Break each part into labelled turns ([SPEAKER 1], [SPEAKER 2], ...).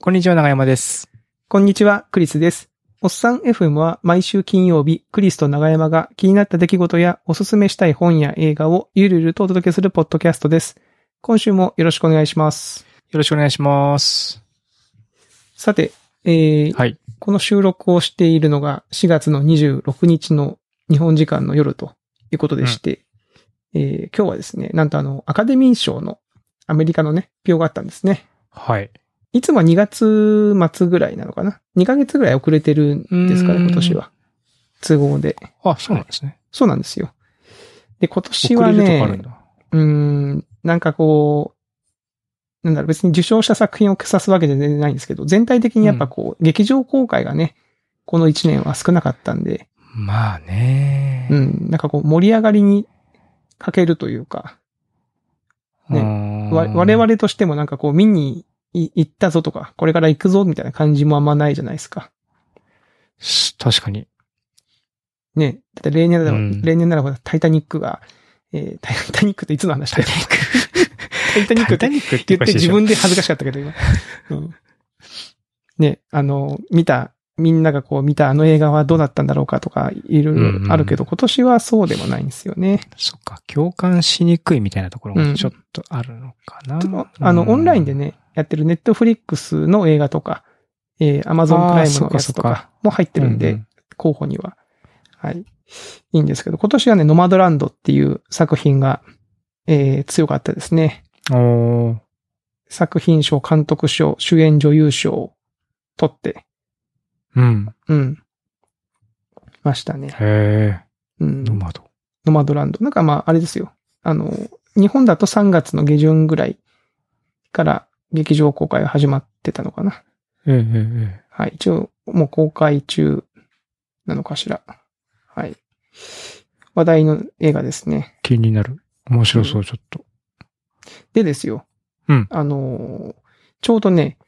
[SPEAKER 1] こんにちは、長山です。
[SPEAKER 2] こんにちは、クリスです。おっさん FM は毎週金曜日、クリスと長山が気になった出来事やおすすめしたい本や映画をゆるゆるとお届けするポッドキャストです。今週もよろしくお願いします。
[SPEAKER 1] よろしくお願いします。
[SPEAKER 2] さて、えー
[SPEAKER 1] はい。
[SPEAKER 2] この収録をしているのが4月の26日の日本時間の夜ということでして、えー今日はですね、なんとあの、アカデミー賞のアメリカのね、発表があったんですね。
[SPEAKER 1] はい。
[SPEAKER 2] いつもは2月末ぐらいなのかな ?2 ヶ月ぐらい遅れてるんですから、
[SPEAKER 1] うーん
[SPEAKER 2] 今年は。都合で。
[SPEAKER 1] あ、そうなんですね。
[SPEAKER 2] そうなんですよ。で、今年
[SPEAKER 1] 遅
[SPEAKER 2] は
[SPEAKER 1] れるとかあるん
[SPEAKER 2] ね、
[SPEAKER 1] だ。
[SPEAKER 2] うーん、なんかこう、なんだろう、別に受賞した作品を指すわけで全然ないんですけど、全体的にやっぱこう、劇場公開がね、この1年は少なかったんで、
[SPEAKER 1] まあね。
[SPEAKER 2] うん、なんかこう、盛り上がりに欠けるというか、ね
[SPEAKER 1] ね
[SPEAKER 2] わ我。々としてもなんかこう、見にい行ったぞとか、これから行くぞみたいな感じもあんまないじゃないですか。
[SPEAKER 1] し確かに。
[SPEAKER 2] ね。だって例年なら、
[SPEAKER 1] うん
[SPEAKER 2] 例年ならばタイタニックが、えータイタニックっていつの話だっけタイタニック
[SPEAKER 1] タイタ
[SPEAKER 2] って
[SPEAKER 1] ニックって
[SPEAKER 2] 言
[SPEAKER 1] おか
[SPEAKER 2] っ
[SPEAKER 1] していでし
[SPEAKER 2] 自
[SPEAKER 1] ょ
[SPEAKER 2] 分で恥ずかしかったけど今。うんね、あの、見た、みんながこう見たあの映画はどうだったんだろうかとか、いろいろあるけど、今年はそうでもないんですよね。
[SPEAKER 1] そっか、共感しにくいみたいなところ
[SPEAKER 2] う
[SPEAKER 1] が
[SPEAKER 2] ん
[SPEAKER 1] ちょっとあるのかな。
[SPEAKER 2] ちょっとあの、オンラインでね、やってるネットフリックスの映画とか、えー、Amazon プライムのやつ
[SPEAKER 1] あ
[SPEAKER 2] と
[SPEAKER 1] ーそっかそっか
[SPEAKER 2] かも入ってるん
[SPEAKER 1] う
[SPEAKER 2] で
[SPEAKER 1] ん、
[SPEAKER 2] 候補には。はい。いいんですけど、今年はね、ノマドランドっていう作品が、えー強かったですね。
[SPEAKER 1] うん。おー
[SPEAKER 2] 作品賞、監督賞、主演女優賞を取って、
[SPEAKER 1] うん。
[SPEAKER 2] うん。ましたね。
[SPEAKER 1] へえ。
[SPEAKER 2] うん。
[SPEAKER 1] ノマド。
[SPEAKER 2] ノマドランド。なんかまあ、あれですよ。あの、日本だと3月の下旬ぐらいから劇場公開が始まってたのかな。
[SPEAKER 1] ええええ
[SPEAKER 2] はい。一応、もう公開中なのかしら。はい。話題の映画ですね。
[SPEAKER 1] 気になる。面白そう、ちょっと。
[SPEAKER 2] でですよ。
[SPEAKER 1] うん
[SPEAKER 2] あのーちょうどね、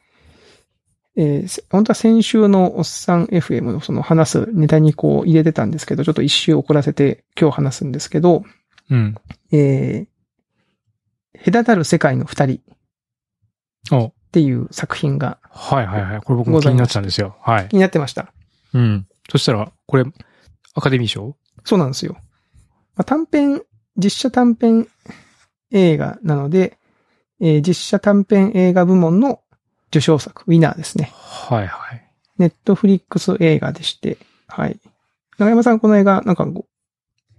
[SPEAKER 2] えーせ本当は先週のおっさん FM のその話すネタにこう入れてたんですけど、ちょっと一周遅らせて今日話すんですけど、
[SPEAKER 1] うん。
[SPEAKER 2] えー、隔たる世界の二人っ
[SPEAKER 1] お
[SPEAKER 2] ていう作品が
[SPEAKER 1] はいはいはい。これ僕も気になってたんですよ。はい
[SPEAKER 2] 気。になってました。
[SPEAKER 1] うん。そしたら、これ、アカデミー賞
[SPEAKER 2] そうなんですよ。まあ、短編、実写短編映画なので、えー実写短編映画部門の受賞作、ウィナーですね。
[SPEAKER 1] はいはい。
[SPEAKER 2] ネットフリックス映画でして、はい。長山さん、この映画、なんかご、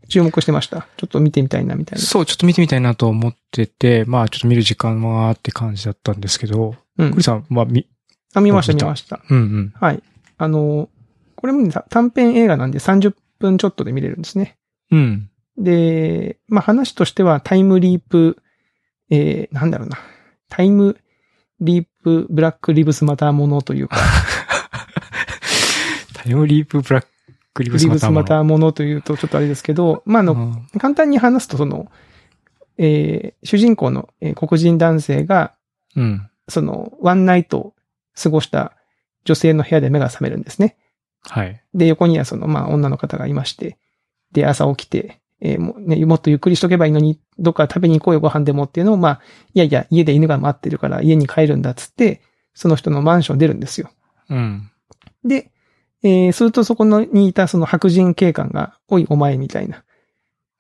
[SPEAKER 2] 注目してました。ちょっと見てみたいな、みたいな。
[SPEAKER 1] そう、ちょっと見てみたいなと思ってて、まあちょっと見る時間はって感じだったんですけど、
[SPEAKER 2] う
[SPEAKER 1] ク
[SPEAKER 2] ん
[SPEAKER 1] リ。さんはみ、
[SPEAKER 2] あ、見ました、
[SPEAKER 1] 見
[SPEAKER 2] 見
[SPEAKER 1] た
[SPEAKER 2] ました。
[SPEAKER 1] うんうん。
[SPEAKER 2] はい。あの、これもねた短編映画なんで30分ちょっとで見れるんですね。
[SPEAKER 1] うん。
[SPEAKER 2] で、まあ話としてはタイムリープ、えー、なんだろうな。タイムリープブラックリブスマターものというか、
[SPEAKER 1] タイムリープブラックリブス
[SPEAKER 2] リ
[SPEAKER 1] マ
[SPEAKER 2] ブ
[SPEAKER 1] タ
[SPEAKER 2] ス
[SPEAKER 1] ーマ
[SPEAKER 2] マ
[SPEAKER 1] ン
[SPEAKER 2] ターものというとちょっとあれですけど、まああの、
[SPEAKER 1] うん
[SPEAKER 2] 簡単に話すとその、えー、主人公の、えー黒人男性が、
[SPEAKER 1] うん。
[SPEAKER 2] その、ワンナイトを過ごした女性の部屋で目が覚めるんですね。
[SPEAKER 1] はい。
[SPEAKER 2] で、横にはその、まあ、女の方がいまして、で、朝起きて、えーもうね、もっとゆっくりしとけばいいのに、どっか食べに行こうよ、ご飯でもっていうのを、まあ、いやいや、家で犬が待ってるから家に帰るんだっつって、その人のマンション出るんですよ。
[SPEAKER 1] うん。
[SPEAKER 2] で、えー、するとそこのにいたその白人警官が、おい、お前、みたいな。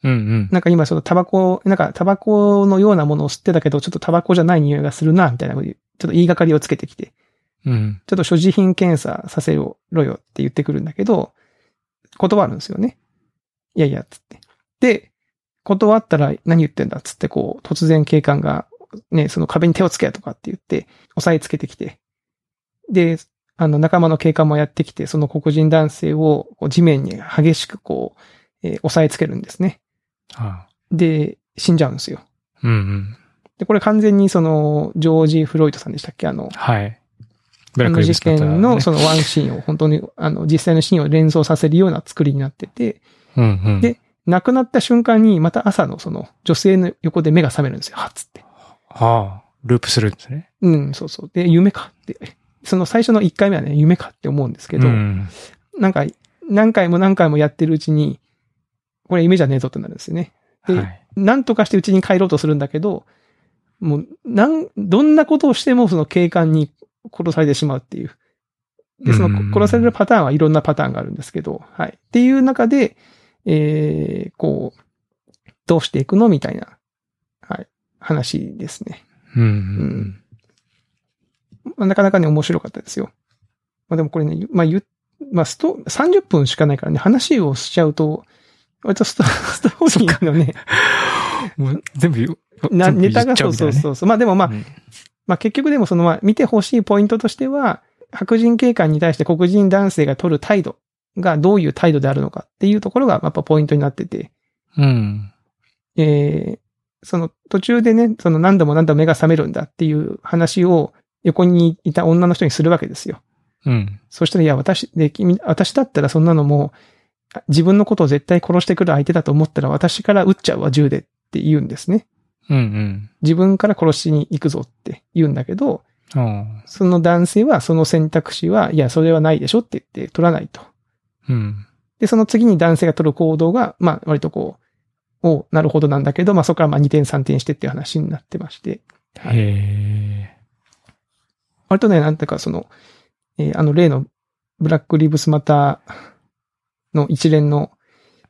[SPEAKER 1] うんうん。
[SPEAKER 2] なんか今そのタバコ、なんかタバコのようなものを吸ってたけど、ちょっとタバコじゃない匂いがするな、みたいなこと言うちょっと言いがかりをつけてきて、
[SPEAKER 1] うん。
[SPEAKER 2] ちょっと所持品検査させろよって言ってくるんだけど、断るんですよね。いやいや、つって。で、断ったら何言ってんだっつって、こう、突然警官が、ね、その壁に手をつけとかって言って、押さえつけてきて。で、あの、仲間の警官もやってきて、その黒人男性をこう地面に激しくこう、えー押さえつけるんですね。
[SPEAKER 1] あ
[SPEAKER 2] で、死んじゃうんですよ。
[SPEAKER 1] うんうん。
[SPEAKER 2] で、これ完全にその、ジョージ・フロイトさんでしたっけあの、
[SPEAKER 1] はい。ブ
[SPEAKER 2] あの事
[SPEAKER 1] マター
[SPEAKER 2] 件
[SPEAKER 1] マン
[SPEAKER 2] の
[SPEAKER 1] ね
[SPEAKER 2] そのワンシーンを本当に、あの、実際のシーンを連想させるような作りになってて、
[SPEAKER 1] うんうん。
[SPEAKER 2] で亡くなった瞬間にまた朝のその女性の横で目が覚めるんですよ。はっつって。
[SPEAKER 1] ああ、ループするんですね。
[SPEAKER 2] うん、そうそう。で、夢かって。その最初の1回目はね、夢かって思うんですけど、
[SPEAKER 1] うん
[SPEAKER 2] なんか、何回も何回もやってるうちに、これ夢じゃねえぞってなるんですよね。で
[SPEAKER 1] はい。
[SPEAKER 2] なんとかしてうちに帰ろうとするんだけど、もう、なん、どんなことをしてもその警官に殺されてしまうっていう。で、そ
[SPEAKER 1] うん
[SPEAKER 2] の殺されるパターンはいろんなパターンがあるんですけど、はい。っていう中で、えー、こう、どうしていくのみたいな、はい、話ですね。
[SPEAKER 1] うん
[SPEAKER 2] んまあなかなかね、面白かったですよ。まあでもこれね、まあ言う、まあスト、30分しかないからね、話をしちゃうと、割とスト、 ストーリーのね、
[SPEAKER 1] うんもう全部言う、
[SPEAKER 2] な
[SPEAKER 1] 全部
[SPEAKER 2] ネ
[SPEAKER 1] 言
[SPEAKER 2] タ
[SPEAKER 1] っ
[SPEAKER 2] が
[SPEAKER 1] ちゃ
[SPEAKER 2] そうう
[SPEAKER 1] みた
[SPEAKER 2] そ
[SPEAKER 1] いうなね。
[SPEAKER 2] そうそう。まあでもまあ、
[SPEAKER 1] うん
[SPEAKER 2] まあ結局でもそのまあ見てほしいポイントとしては、白人警官に対して黒人男性が取る態度がどういう態度であるのかっていうところがやっぱポイントになってて、
[SPEAKER 1] うん。
[SPEAKER 2] えー、その途中でね、その何度も何度も目が覚めるんだっていう話を横にいた女の人にするわけですよ。
[SPEAKER 1] うん。
[SPEAKER 2] そしたら、いや、私、で、君、私だったらそんなのもう、あ自分のことを絶対殺してくる相手だと思ったら私から撃っちゃうわ、銃でって言うんですね。
[SPEAKER 1] うん
[SPEAKER 2] 自分から殺しに行くぞって言うんだけど、
[SPEAKER 1] うん。あ
[SPEAKER 2] その男性はその選択肢は、いや、それはないでしょって言って取らないと。
[SPEAKER 1] あ。うん。
[SPEAKER 2] で、その次に男性が取る行動が、まあ、割とこう、おうなるほどなんだけど、まあ、そこからまあ2点3点してっていう話になってまして、はい
[SPEAKER 1] へ
[SPEAKER 2] 割とね、なんていうか、その、えーあの例のブラックリブスマターの一連の、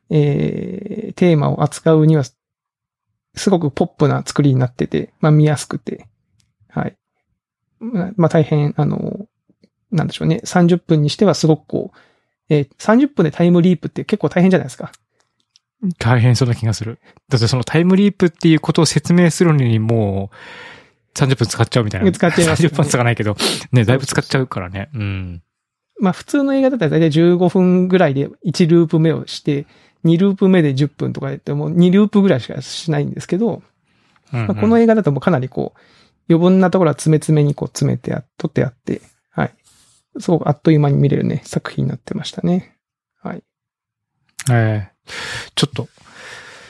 [SPEAKER 2] えーテーマを扱うには、すごくポップな作りになってて、まあ見やすくて、はい。まあまあ大変、あの、なんでしょうね、30分にしてはすごくこう、えー30分でタイムリープって結構大変じゃないですか。
[SPEAKER 1] え。大変そうな気がする。だってそのタイムリープっていうことを説明するのにもう30分使っちゃうみたいな。
[SPEAKER 2] 使っちゃいますよね
[SPEAKER 1] 30分使わないけど、ね、だいぶ使っちゃうからね。うん。
[SPEAKER 2] まあ普通の映画だったら大体15分ぐらいで1ループ目をして、2ループ目で10分とかやっても2ループぐらいしかしないんですけど、
[SPEAKER 1] うん
[SPEAKER 2] まあこの
[SPEAKER 1] うん
[SPEAKER 2] 映画だともうかなりこう、余分なところは詰め詰めにこう詰めてやっ、取ってやって、はい。すごくあっという間に見れるね、作品になってましたね。はい。
[SPEAKER 1] ええちょっと、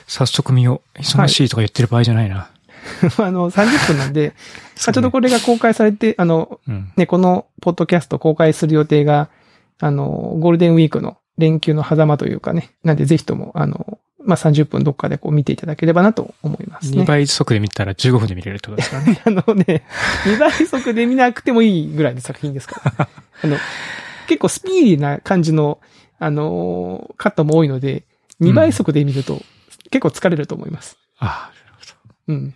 [SPEAKER 1] 早速見よう。忙しいとか言ってる場合じゃないな。
[SPEAKER 2] あの、30分なんで、
[SPEAKER 1] そ
[SPEAKER 2] あ
[SPEAKER 1] う
[SPEAKER 2] ちょ
[SPEAKER 1] ね
[SPEAKER 2] うどこれが公開されて、あの、
[SPEAKER 1] うん。
[SPEAKER 2] ね、このポッドキャスト公開する予定が、あの、ゴールデンウィークの連休の狭間というかね、なんでぜひとも、あの、まあ、30分どっかでこう見ていただければなと思います
[SPEAKER 1] 2
[SPEAKER 2] ね。
[SPEAKER 1] 倍速で見たら15分で見れるってこと ですからね。
[SPEAKER 2] あのね、2倍速で見なくてもいいぐらいの作品です から。あの、結構スピーディーな感じの、あのーカットも多いので、2倍速で見ると、結構疲れると思います。
[SPEAKER 1] ああ、なるほど。
[SPEAKER 2] うん。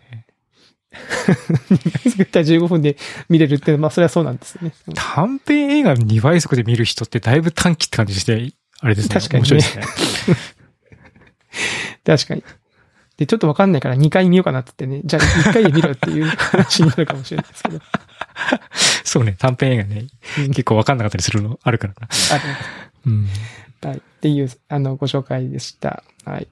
[SPEAKER 2] 2倍速で15分で見れるって、まあ、それはそうなんですよね。
[SPEAKER 1] 短編映画の2倍速で見る人ってだいぶ短期って感じして、あれですね。
[SPEAKER 2] 確かにね
[SPEAKER 1] 面白いですね。
[SPEAKER 2] 確かに。で、ちょっとわかんないから2回見ようかなって言ってね、じゃあ1回で見ろっていう話になるかもしれないですけ ど。
[SPEAKER 1] そうね、短編映画ね。
[SPEAKER 2] うん
[SPEAKER 1] 結構わかんなかったりするのあるからな。
[SPEAKER 2] あ
[SPEAKER 1] うん。
[SPEAKER 2] のはい。っていう、あの、ご紹介でした。はい。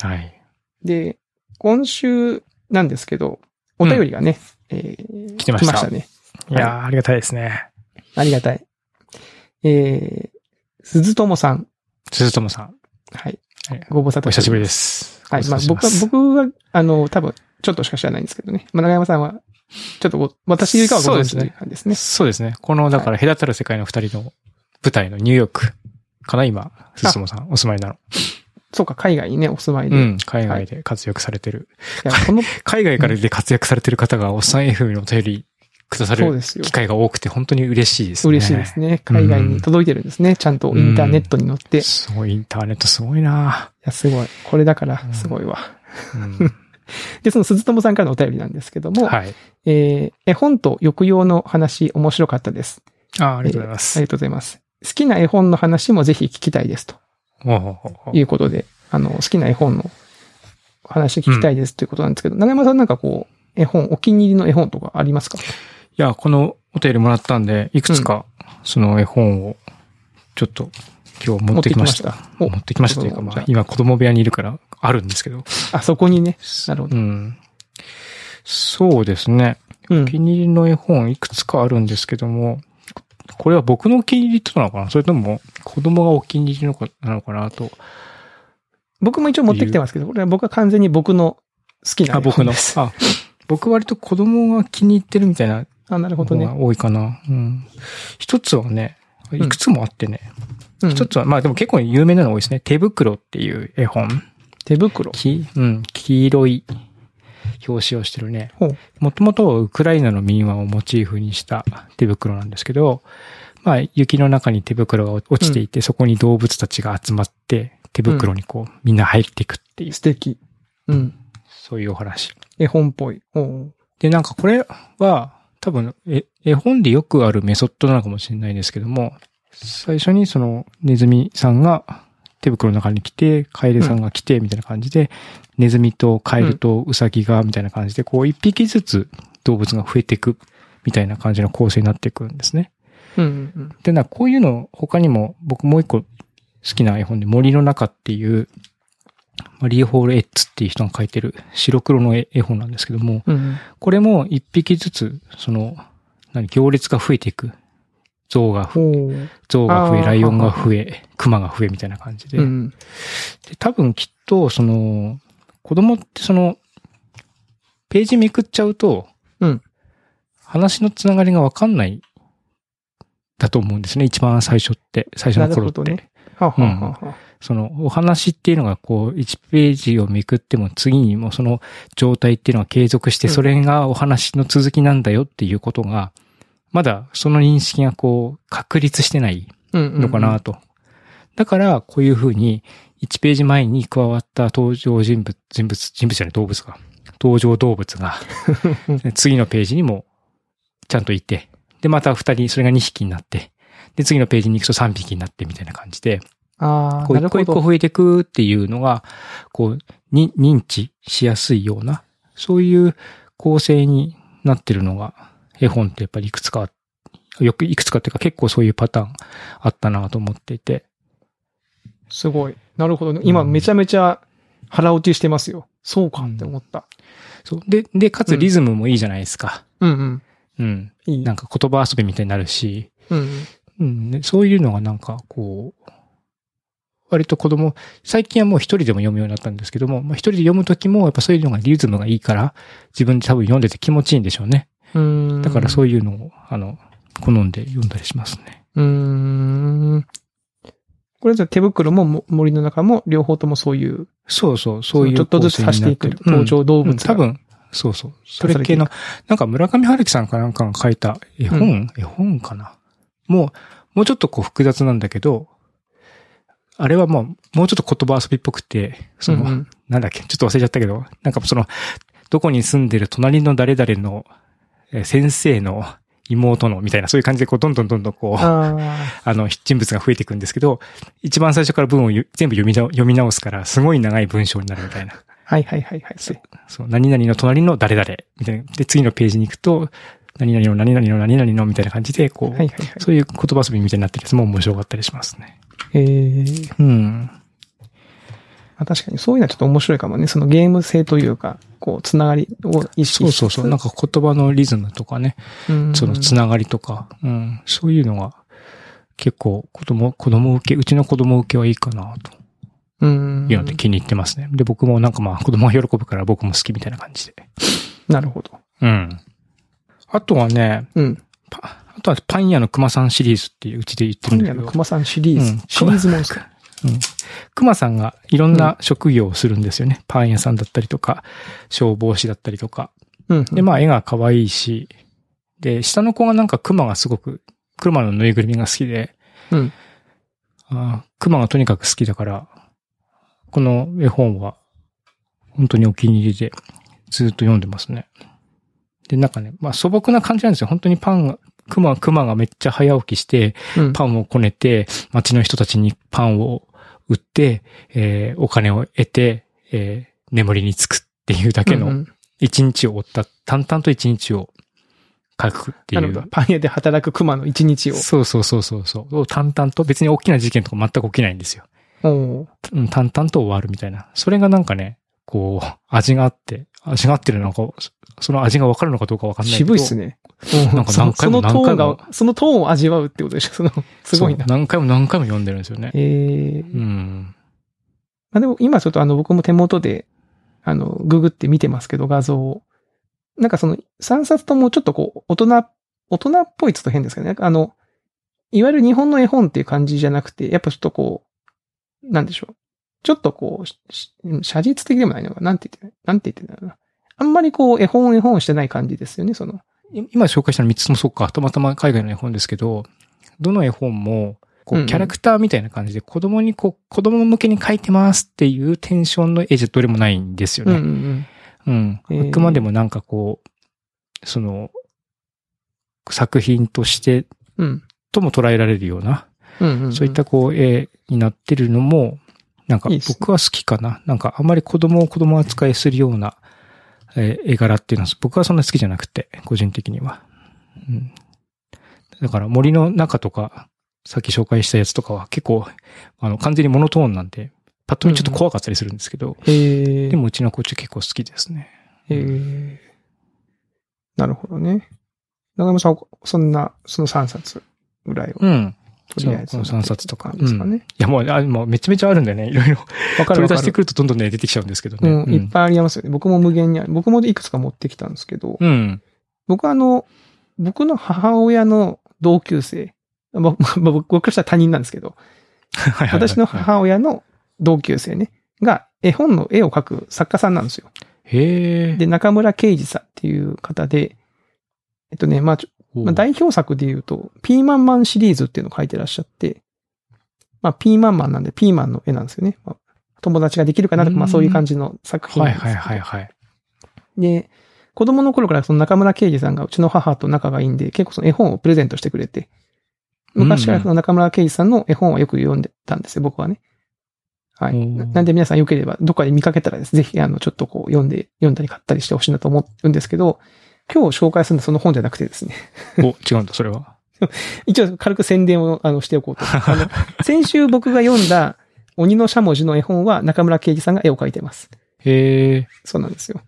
[SPEAKER 1] はい。
[SPEAKER 2] で、今週なんですけど、お便りがね、えー
[SPEAKER 1] 来てました
[SPEAKER 2] ね。
[SPEAKER 1] いやー、ありがたいですね。
[SPEAKER 2] ありがたい。えー、鈴友さん。
[SPEAKER 1] 鈴友さん、
[SPEAKER 2] はい
[SPEAKER 1] はい。
[SPEAKER 2] ご無沙汰。
[SPEAKER 1] お久しぶりですす。
[SPEAKER 2] はい。まあ、
[SPEAKER 1] ご無沙汰
[SPEAKER 2] 僕は
[SPEAKER 1] して、
[SPEAKER 2] 僕は、あの、多分、ちょっとしか知らないんですけどね。まあ、長山さんは、ちょっとご、私よりかはご存
[SPEAKER 1] そ
[SPEAKER 2] 知
[SPEAKER 1] うですね
[SPEAKER 2] なんですね。
[SPEAKER 1] そうですね。この、だから、隔たる世界の二人の舞台のニューヨークかな、今、鈴友さん、お住まいなの。
[SPEAKER 2] そうか、海外にね、お住まいで。
[SPEAKER 1] う
[SPEAKER 2] い
[SPEAKER 1] ん、海外で活躍されてる。
[SPEAKER 2] や、この、
[SPEAKER 1] 海外からで活躍されてる方が、おっさん FM のお便りくださ
[SPEAKER 2] そう
[SPEAKER 1] る
[SPEAKER 2] ですよ
[SPEAKER 1] 機。会が多くて、本当に嬉しいですね。
[SPEAKER 2] 嬉しいですね。海外に届いてるんですね。ちゃんとインターネットに乗って。い
[SPEAKER 1] すごい、インターネットすごいな
[SPEAKER 2] や、すごい。これだか
[SPEAKER 1] う
[SPEAKER 2] ら、
[SPEAKER 1] ん
[SPEAKER 2] すごいわ。
[SPEAKER 1] うん。
[SPEAKER 2] で、その鈴友さんからのお便りなんですけども、
[SPEAKER 1] はい。
[SPEAKER 2] えー絵本と抑揚の話面白かったです。
[SPEAKER 1] あーありがとうございま
[SPEAKER 2] あ
[SPEAKER 1] す
[SPEAKER 2] り。がとうございます。好きな絵本の話もぜひ聞きたいです。と
[SPEAKER 1] おうおうおう
[SPEAKER 2] いうことで、あの、好きな絵本の話聞きたいですということなんですけど、長山さんなんかこう、絵本、お気に入りの絵本とかありますか
[SPEAKER 1] いや、このお便りもらったんで、いくつか、その絵本を、ちょっと、今日持ってきました。
[SPEAKER 2] 持ってきましたお
[SPEAKER 1] 持ってきましたというか、ま
[SPEAKER 2] じゃ
[SPEAKER 1] あ
[SPEAKER 2] あ、
[SPEAKER 1] 今、子供部屋にいるから、あるんですけど。
[SPEAKER 2] あ、そこにね。なるほど
[SPEAKER 1] うん。そうですね。
[SPEAKER 2] う
[SPEAKER 1] お
[SPEAKER 2] ん。
[SPEAKER 1] 気に入りの絵本、いくつかあるんですけども、これは僕のお気に入りってことなのかなそれとも、子供がお気に入りのかなのかなと。
[SPEAKER 2] 僕も一応持ってきてますけど、これは僕は完全に僕の好きな
[SPEAKER 1] あ、
[SPEAKER 2] 絵
[SPEAKER 1] 僕
[SPEAKER 2] 本
[SPEAKER 1] の
[SPEAKER 2] で。す。
[SPEAKER 1] あ、僕割と子供が気に入ってるみたいな
[SPEAKER 2] あ、なるほ
[SPEAKER 1] こ
[SPEAKER 2] ど
[SPEAKER 1] と
[SPEAKER 2] ね。
[SPEAKER 1] が多いかな。うん。一つはね、いくつもあってね。
[SPEAKER 2] うん
[SPEAKER 1] 一つは、まあでも結構有名なの多いですね。手袋っていう絵本。
[SPEAKER 2] 手袋。
[SPEAKER 1] き、うん、黄色い表紙をしてるね
[SPEAKER 2] ほう。
[SPEAKER 1] もともとウクライナの民話をモチーフにした手袋なんですけど、まあ、雪の中に手袋が落ちていて、そこに動物たちが集まって、手袋にこう、みんな入っていくっていう、
[SPEAKER 2] 素敵。うん。
[SPEAKER 1] そういうお話。
[SPEAKER 2] 絵本っぽい。ほう。
[SPEAKER 1] で、なんかこれは、多分、え、絵本でよくあるメソッドなのかもしれないですけども、最初にその、ネズミさんが手袋の中に来て、カエルさんが来て、みたいな感じで、ネズミとカエルとウサギが、みたいな感じで、こう、一匹ずつ動物が増えていく、みたいな感じの構成になっていくんですね。
[SPEAKER 2] うんうん
[SPEAKER 1] で、な、こういうの、他にも、僕もう一個好きな絵本で、森の中っていう、まあリーホール・エッツっていう人が書いてる白黒の絵絵本なんですけども、
[SPEAKER 2] うん。うん
[SPEAKER 1] これも一匹ずつ、その、何、行列が増えていく。象が、
[SPEAKER 2] ほう。
[SPEAKER 1] 象が増え、
[SPEAKER 2] あー
[SPEAKER 1] ライオンが増え、熊が増えみたいな感じで。
[SPEAKER 2] うん。
[SPEAKER 1] で多分きっと、その、子供ってその、ページめくっちゃうと、
[SPEAKER 2] うん
[SPEAKER 1] 話のつながりがわかんない、だと思うんですね。一番最初って、最初の頃って。
[SPEAKER 2] なるほどねはあはあはあはあ
[SPEAKER 1] そのお話っていうのがこう1ページをめくっても次にもその状態っていうのは継続して
[SPEAKER 2] うん
[SPEAKER 1] それがお話の続きなんだよっていうことが、まだその認識がこう確立してない
[SPEAKER 2] うんうんうん
[SPEAKER 1] のかなと。だからこういうふうに1ページ前に加わった登場人物、人物、人物じゃない動物が、登場動物 が次のページにもちゃんといて、でまた2人、それが2匹になって、で次のページに行くと3匹になってみたいな感じで、
[SPEAKER 2] ああ、
[SPEAKER 1] こう一
[SPEAKER 2] なる
[SPEAKER 1] 個
[SPEAKER 2] ほ
[SPEAKER 1] 一個
[SPEAKER 2] ど。
[SPEAKER 1] 増えていくっていうのが、こう、に認知しやすいような、そういう構成になってるのが、絵本ってやっぱりいくつかあ、よくいくつかっていうか結構そういうパターンあったなと思っていて。
[SPEAKER 2] すごい。なるほどね。今めちゃめちゃ腹落ちしてますよ。そうかって思った。
[SPEAKER 1] そう。で、で、かつリズムもいいじゃないですか。
[SPEAKER 2] うんうん。
[SPEAKER 1] うん。
[SPEAKER 2] いい。
[SPEAKER 1] なんか言葉遊びみたいになるし、
[SPEAKER 2] うんうん。
[SPEAKER 1] うん、ね、そういうのがなんかこう、割と子供、最近はもう一人でも読むようになったんですけども、まあ、一人で読む時もやっぱそういうのがリズムがいいから、自分で多分読んでて気持ちいいんでしょうね。
[SPEAKER 2] うーん
[SPEAKER 1] だからそういうのを、あの、好んで読んだりしますね。
[SPEAKER 2] うーん。これじゃあ手袋もも森の中も両方ともそういう、
[SPEAKER 1] そうそう、そういう
[SPEAKER 2] ちょっとずつ足していく登場動物
[SPEAKER 1] 多
[SPEAKER 2] が。
[SPEAKER 1] 分、そうそう。それ
[SPEAKER 2] 足されて
[SPEAKER 1] 系
[SPEAKER 2] いく
[SPEAKER 1] の、なんか村上春樹さんかなんかが書いた絵本、
[SPEAKER 2] う
[SPEAKER 1] 絵本かな。もう、もうちょっとこう複雑なんだけど、あれはもう、もうちょっと言葉遊びっぽくて、その、
[SPEAKER 2] うんうん
[SPEAKER 1] なんだっけ、ちょっと忘れちゃったけど、なんかその、どこに住んでる隣の誰々の、えー先生の妹の、みたいな、そういう感じでこう、どんどんどんどんこう、
[SPEAKER 2] あ
[SPEAKER 1] あの、人物が増えていくんですけど、一番最初から文をゆ全部読みな読み直すから、すごい長い文章になるみたいな。
[SPEAKER 2] あ、はいはいはいはい。
[SPEAKER 1] そう、何々の隣の誰々、みたいな。で、次のページに行くと、何々の何々の何々のみたいな感じで、こう、
[SPEAKER 2] はいはいはい。
[SPEAKER 1] そういう言葉遊びみたいになってるやつも面白かったりしますね。
[SPEAKER 2] えー、
[SPEAKER 1] うん。
[SPEAKER 2] あ確かにそういうのはちょっと面白いかもね。そのゲーム性というか、こう、つながりを意識
[SPEAKER 1] そうそうそう。なん
[SPEAKER 2] か、
[SPEAKER 1] か言葉のリズムとかね、
[SPEAKER 2] うん
[SPEAKER 1] そのつながりとか、うん、そういうのが結構子供、子供受け、うちの子供受けはいいかなと
[SPEAKER 2] うん
[SPEAKER 1] いうので気に入ってますね。で、僕もなんかまあ子供が喜ぶから僕も好きみたいな感じで。
[SPEAKER 2] なるほど。
[SPEAKER 1] うん。あとはね、
[SPEAKER 2] うん。
[SPEAKER 1] パあとはパン屋の熊さんシリーズっていううちで言ってる
[SPEAKER 2] 今
[SPEAKER 1] んだけ
[SPEAKER 2] 夜の
[SPEAKER 1] ど、
[SPEAKER 2] 熊さんシリーズ。
[SPEAKER 1] うん
[SPEAKER 2] シリーズも好き。
[SPEAKER 1] 熊さんがいろんな職業をするんですよね。パン屋さんだったりとか、消防士だったりとか。
[SPEAKER 2] うん。
[SPEAKER 1] で、まあ絵が可愛いし、で、下の子がなんか熊がすごく、熊のぬいぐるみが好きで、
[SPEAKER 2] うん
[SPEAKER 1] あー熊がとにかく好きだから、この絵本は本当にお気に入りでずっと読んでますね。で、なんかね、まあ素朴な感じなんですよ。本当にパンが、熊、熊がめっちゃ早起きして、
[SPEAKER 2] うん、
[SPEAKER 1] パンをこねて、町の人たちにパンを売って、えーお金を得て、えー眠りにつくっていうだけ
[SPEAKER 2] うんう
[SPEAKER 1] の
[SPEAKER 2] ん
[SPEAKER 1] 一日を追った、淡々と一日を書くってい
[SPEAKER 2] なるほ
[SPEAKER 1] う
[SPEAKER 2] ど。。パン屋で働く熊の一日を。
[SPEAKER 1] そうそうそうそうそう。を淡々と、別に大きな事件とか全く起きないんですよ。
[SPEAKER 2] おー
[SPEAKER 1] うん淡々と終わるみたいな。それがなんかね、こう、味があって、味があってるのか、そその味がわかるのかどうかわかんないけど。
[SPEAKER 2] 渋いっすね。
[SPEAKER 1] なんか何回も
[SPEAKER 2] そのそのトー
[SPEAKER 1] 何
[SPEAKER 2] ンが、そのトーンを味わうってことでしょその、すごいな
[SPEAKER 1] そう。何回も何回も読んでるんですよね。
[SPEAKER 2] ええ
[SPEAKER 1] うん。
[SPEAKER 2] まあでも今ちょっとあの僕も手元で、あの、ググって見てますけど画像を。なんかその3冊ともちょっとこう、大人、大人っぽいっつうと変ですけどね。なんかあの、いわゆる日本の絵本っていう感じじゃなくて、やっぱちょっとこう、なんでしょう。ちょっとこう、しし写実的でもないのが、なんて言ってない、なんて言ってんだろうな。あんまりこう、絵本絵本してない感じですよね、その。
[SPEAKER 1] い今紹介したの3つもそうか、たまたま海外の絵本ですけど、どの絵本も、こ
[SPEAKER 2] うんう
[SPEAKER 1] う、
[SPEAKER 2] ん
[SPEAKER 1] キャラクターみたいな感じで、子供にこう、子供向けに描いてますっていうテンションの絵じゃどれもないんですよ
[SPEAKER 2] うんう
[SPEAKER 1] ね。
[SPEAKER 2] ん
[SPEAKER 1] うん。
[SPEAKER 2] えー
[SPEAKER 1] あくまでもなんかこう、その、作品として、
[SPEAKER 2] うん。うん。
[SPEAKER 1] とも捉えられるような、
[SPEAKER 2] うんうん。
[SPEAKER 1] そういったこう、絵になってるのも、なんか
[SPEAKER 2] いいっすね
[SPEAKER 1] 僕は好きかな。なんかあんまり子供を子供扱いするような、えー絵柄っていうのは僕はそんな好きじゃなくて、個人的には。うん。だから森の中とか、さっき紹介したやつとかは結構、あの、完全にモノトーンなんで、パッと見ちょっと怖かったりするんですけど、
[SPEAKER 2] へえ。
[SPEAKER 1] でもうちの子っち結構好きですね。
[SPEAKER 2] へえ。なるほどね。中山さん、そんな、その3冊ぐらいを
[SPEAKER 1] うん。
[SPEAKER 2] とりあえず。
[SPEAKER 1] そうこの三冊とか
[SPEAKER 2] っていう感じです
[SPEAKER 1] いやもう、あもうめちゃめちゃあるんだよね。いろいろ。
[SPEAKER 2] かね。わか
[SPEAKER 1] 取
[SPEAKER 2] るわ
[SPEAKER 1] り出
[SPEAKER 2] か
[SPEAKER 1] して
[SPEAKER 2] る
[SPEAKER 1] く。るとどんどんね、出てきちゃうんですけどね。
[SPEAKER 2] うん、いっぱいありますよね。僕も無限にある。僕もいくつか持ってきたんですけど、
[SPEAKER 1] うん。
[SPEAKER 2] 僕はあの、僕の母親の同級生、ま、ま、ま僕僕からしたら他人なんですけど、
[SPEAKER 1] はいはいはい
[SPEAKER 2] 私の母親の同級生ね、が絵本の絵を描く作家さんなんですよ。
[SPEAKER 1] へえ。
[SPEAKER 2] で、中村啓二さんっていう方で、えっとね、まあ、ちょ
[SPEAKER 1] おう、
[SPEAKER 2] まあ、代表作で言うと、ピーマンマンシリーズっていうのを書いてらっしゃって、まあ、ピーマンマンなんで、ピーマンの絵なんですよね。まあ友達ができるかなと
[SPEAKER 1] う
[SPEAKER 2] か、
[SPEAKER 1] ん
[SPEAKER 2] まあそういう感じの作品
[SPEAKER 1] は
[SPEAKER 2] ないんですけど
[SPEAKER 1] はいはいはい。
[SPEAKER 2] で、子供の頃からその中村啓二さんがうちの母と仲がいいんで、結構その絵本をプレゼントしてくれて、昔からその中村啓二さんの絵本はよく読んでたんですよ、僕はね。はい。
[SPEAKER 1] おー
[SPEAKER 2] ななんで皆さんよければ、どっかで見かけたらです、ぜひ、あの、ちょっとこう、読んで、読んだり買ったりしてほしいなと思うんですけど、今日紹介するのはその本じゃなくてですね、
[SPEAKER 1] お、違うんだ、それは。
[SPEAKER 2] 一応軽く宣伝をあのしておこうと。あの、先週僕が読んだ鬼のしゃもじの絵本は中村啓二さんが絵を描いてます。
[SPEAKER 1] へえ。
[SPEAKER 2] そうなんですよ。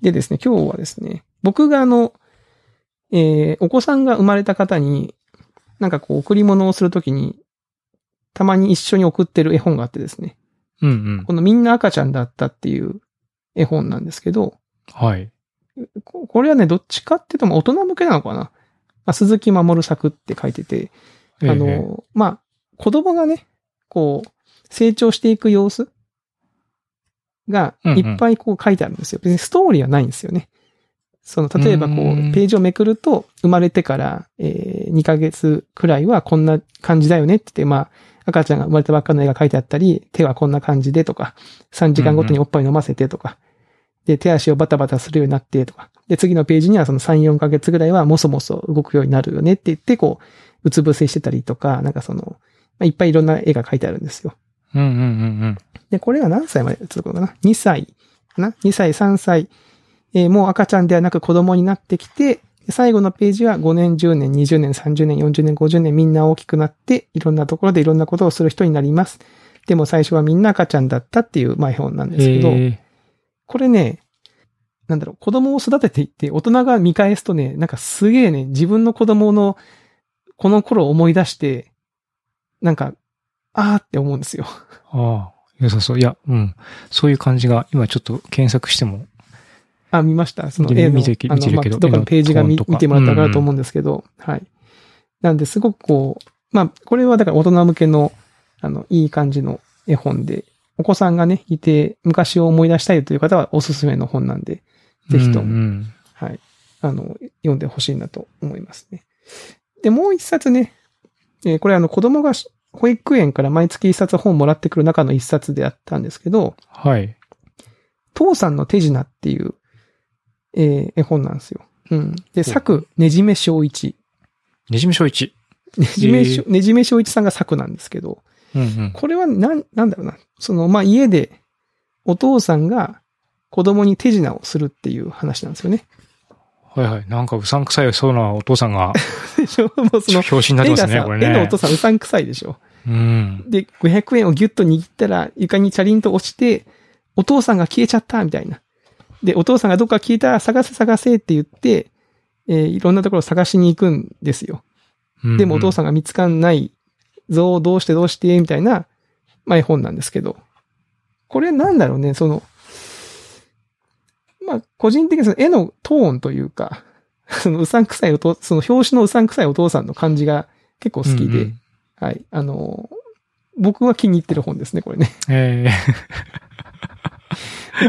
[SPEAKER 2] でですね、今日はですね、僕があの、えーお子さんが生まれた方に、なんかこう、贈り物をするときに、たまに一緒に送ってる絵本があってですね、
[SPEAKER 1] うんうん。
[SPEAKER 2] このみんな赤ちゃんだったっていう絵本なんですけど、
[SPEAKER 1] はい。
[SPEAKER 2] ここれはね、どっちかっていうと、まあ大人向けなのかな。まあ、鈴木守作って書いてて、あ
[SPEAKER 1] ええ、
[SPEAKER 2] の、まあ、子供がね、こう、成長していく様子が
[SPEAKER 1] うんうん
[SPEAKER 2] いっぱいこう書いてあるんですよ。別にストーリーはないんですよね。その、例えばこう
[SPEAKER 1] うーん、
[SPEAKER 2] ページをめくると、生まれてから、えー2ヶ月くらいはこんな感じだよねって言って、まあ、赤ちゃんが生まれたばっかの絵が書いてあったり、手はこんな感じでとか、3時間ごとにおっぱい飲ませてとか、で、手足をバタバタするようになってとか、で、次のページにはその3、4ヶ月ぐらいはもそもそ動くようになるよねって言って、こう、うつ伏せしてたりとか、なんかその、まあいっぱいいろんな絵が書いてあるんですよ。
[SPEAKER 1] うんうんうん
[SPEAKER 2] で、これが何歳まで続くのかな ?2 歳かな ?2 歳、3歳、えーもう赤ちゃんではなく子供になってきて、最後のページは5年、10年、20年、30年、40年、50年みんな大きくなって、いろんなところでいろんなことをする人になります。でも最初はみんな赤ちゃんだったっていう、まあ、絵本なん
[SPEAKER 1] うん。
[SPEAKER 2] ですけど、
[SPEAKER 1] へえ
[SPEAKER 2] これね、なんだろう、子供を育てていって、大人が見返すとね、なんかすげえね、自分の子供の、この頃を思い出して、なんか、あーって思うんですよ。
[SPEAKER 1] ああ、良さそう。いや、うん。そういう感じが、今ちょっと検索しても。
[SPEAKER 2] あ、見ましたその
[SPEAKER 1] 見
[SPEAKER 2] 絵の、
[SPEAKER 1] 見てき
[SPEAKER 2] あ
[SPEAKER 1] 見て
[SPEAKER 2] の、
[SPEAKER 1] る
[SPEAKER 2] まあ、
[SPEAKER 1] けど
[SPEAKER 2] どっか
[SPEAKER 1] 絵
[SPEAKER 2] の
[SPEAKER 1] の
[SPEAKER 2] ページが見
[SPEAKER 1] トーンとか
[SPEAKER 2] 見てもらったらわかると思うんですけど、はい。なんで、すごくこう、まあ、これはだから大人向けの、あの、いい感じの絵本で、お子さんがね、いて、昔を思い出したいという方はおすすめの本なんで、ぜひと
[SPEAKER 1] うん
[SPEAKER 2] も
[SPEAKER 1] うん。
[SPEAKER 2] はい。あの、読んでほしいなと思いますね。で、もう一冊ね、えーこれあの、子供がし保育園から毎月一冊本もらってくる中の一冊であったんですけど、
[SPEAKER 1] はい。
[SPEAKER 2] 父さんの手品っていう、えー絵本なんですよ。うん。で、作、ねじめ正一。
[SPEAKER 1] ねじみ小一。
[SPEAKER 2] ねじめしょ
[SPEAKER 1] え、
[SPEAKER 2] ねじめ正一さんが作なんですけど、
[SPEAKER 1] うんうん。
[SPEAKER 2] これはなん、なんだろうな。その、まあ、家で、お父さんが子供に手品をするっていう話なんですよね。
[SPEAKER 1] はいはい。なんかうさんくさいそうなお父さんが、
[SPEAKER 2] でしょもう その、
[SPEAKER 1] 表紙になって
[SPEAKER 2] 絵
[SPEAKER 1] ます
[SPEAKER 2] が
[SPEAKER 1] ね、
[SPEAKER 2] さ
[SPEAKER 1] こ、れね。
[SPEAKER 2] 絵のお父さんうさんくさいでしょ
[SPEAKER 1] うん。
[SPEAKER 2] で、500円をギュッと握ったら、床にチャリンと落ちて、お父さんが消えちゃった、みたいな。で、お父さんがどっか消えた、探せ探せって言って、えーいろんなところを探しに行くんですよ。
[SPEAKER 1] うん。
[SPEAKER 2] でもお父
[SPEAKER 1] ん。
[SPEAKER 2] さんが見つかんないぞ、どうしてどうして、みたいな、まあ、絵本なんですけど。これなんだろうね、その、まあ、個人的にその絵のトーンというか、そのうさんくさいお父、その表紙のうさんくさいお父さんの感じが結構好きで、
[SPEAKER 1] うんうん。
[SPEAKER 2] はい。あ のー、僕は気に入ってる本ですね、これね。
[SPEAKER 1] ええ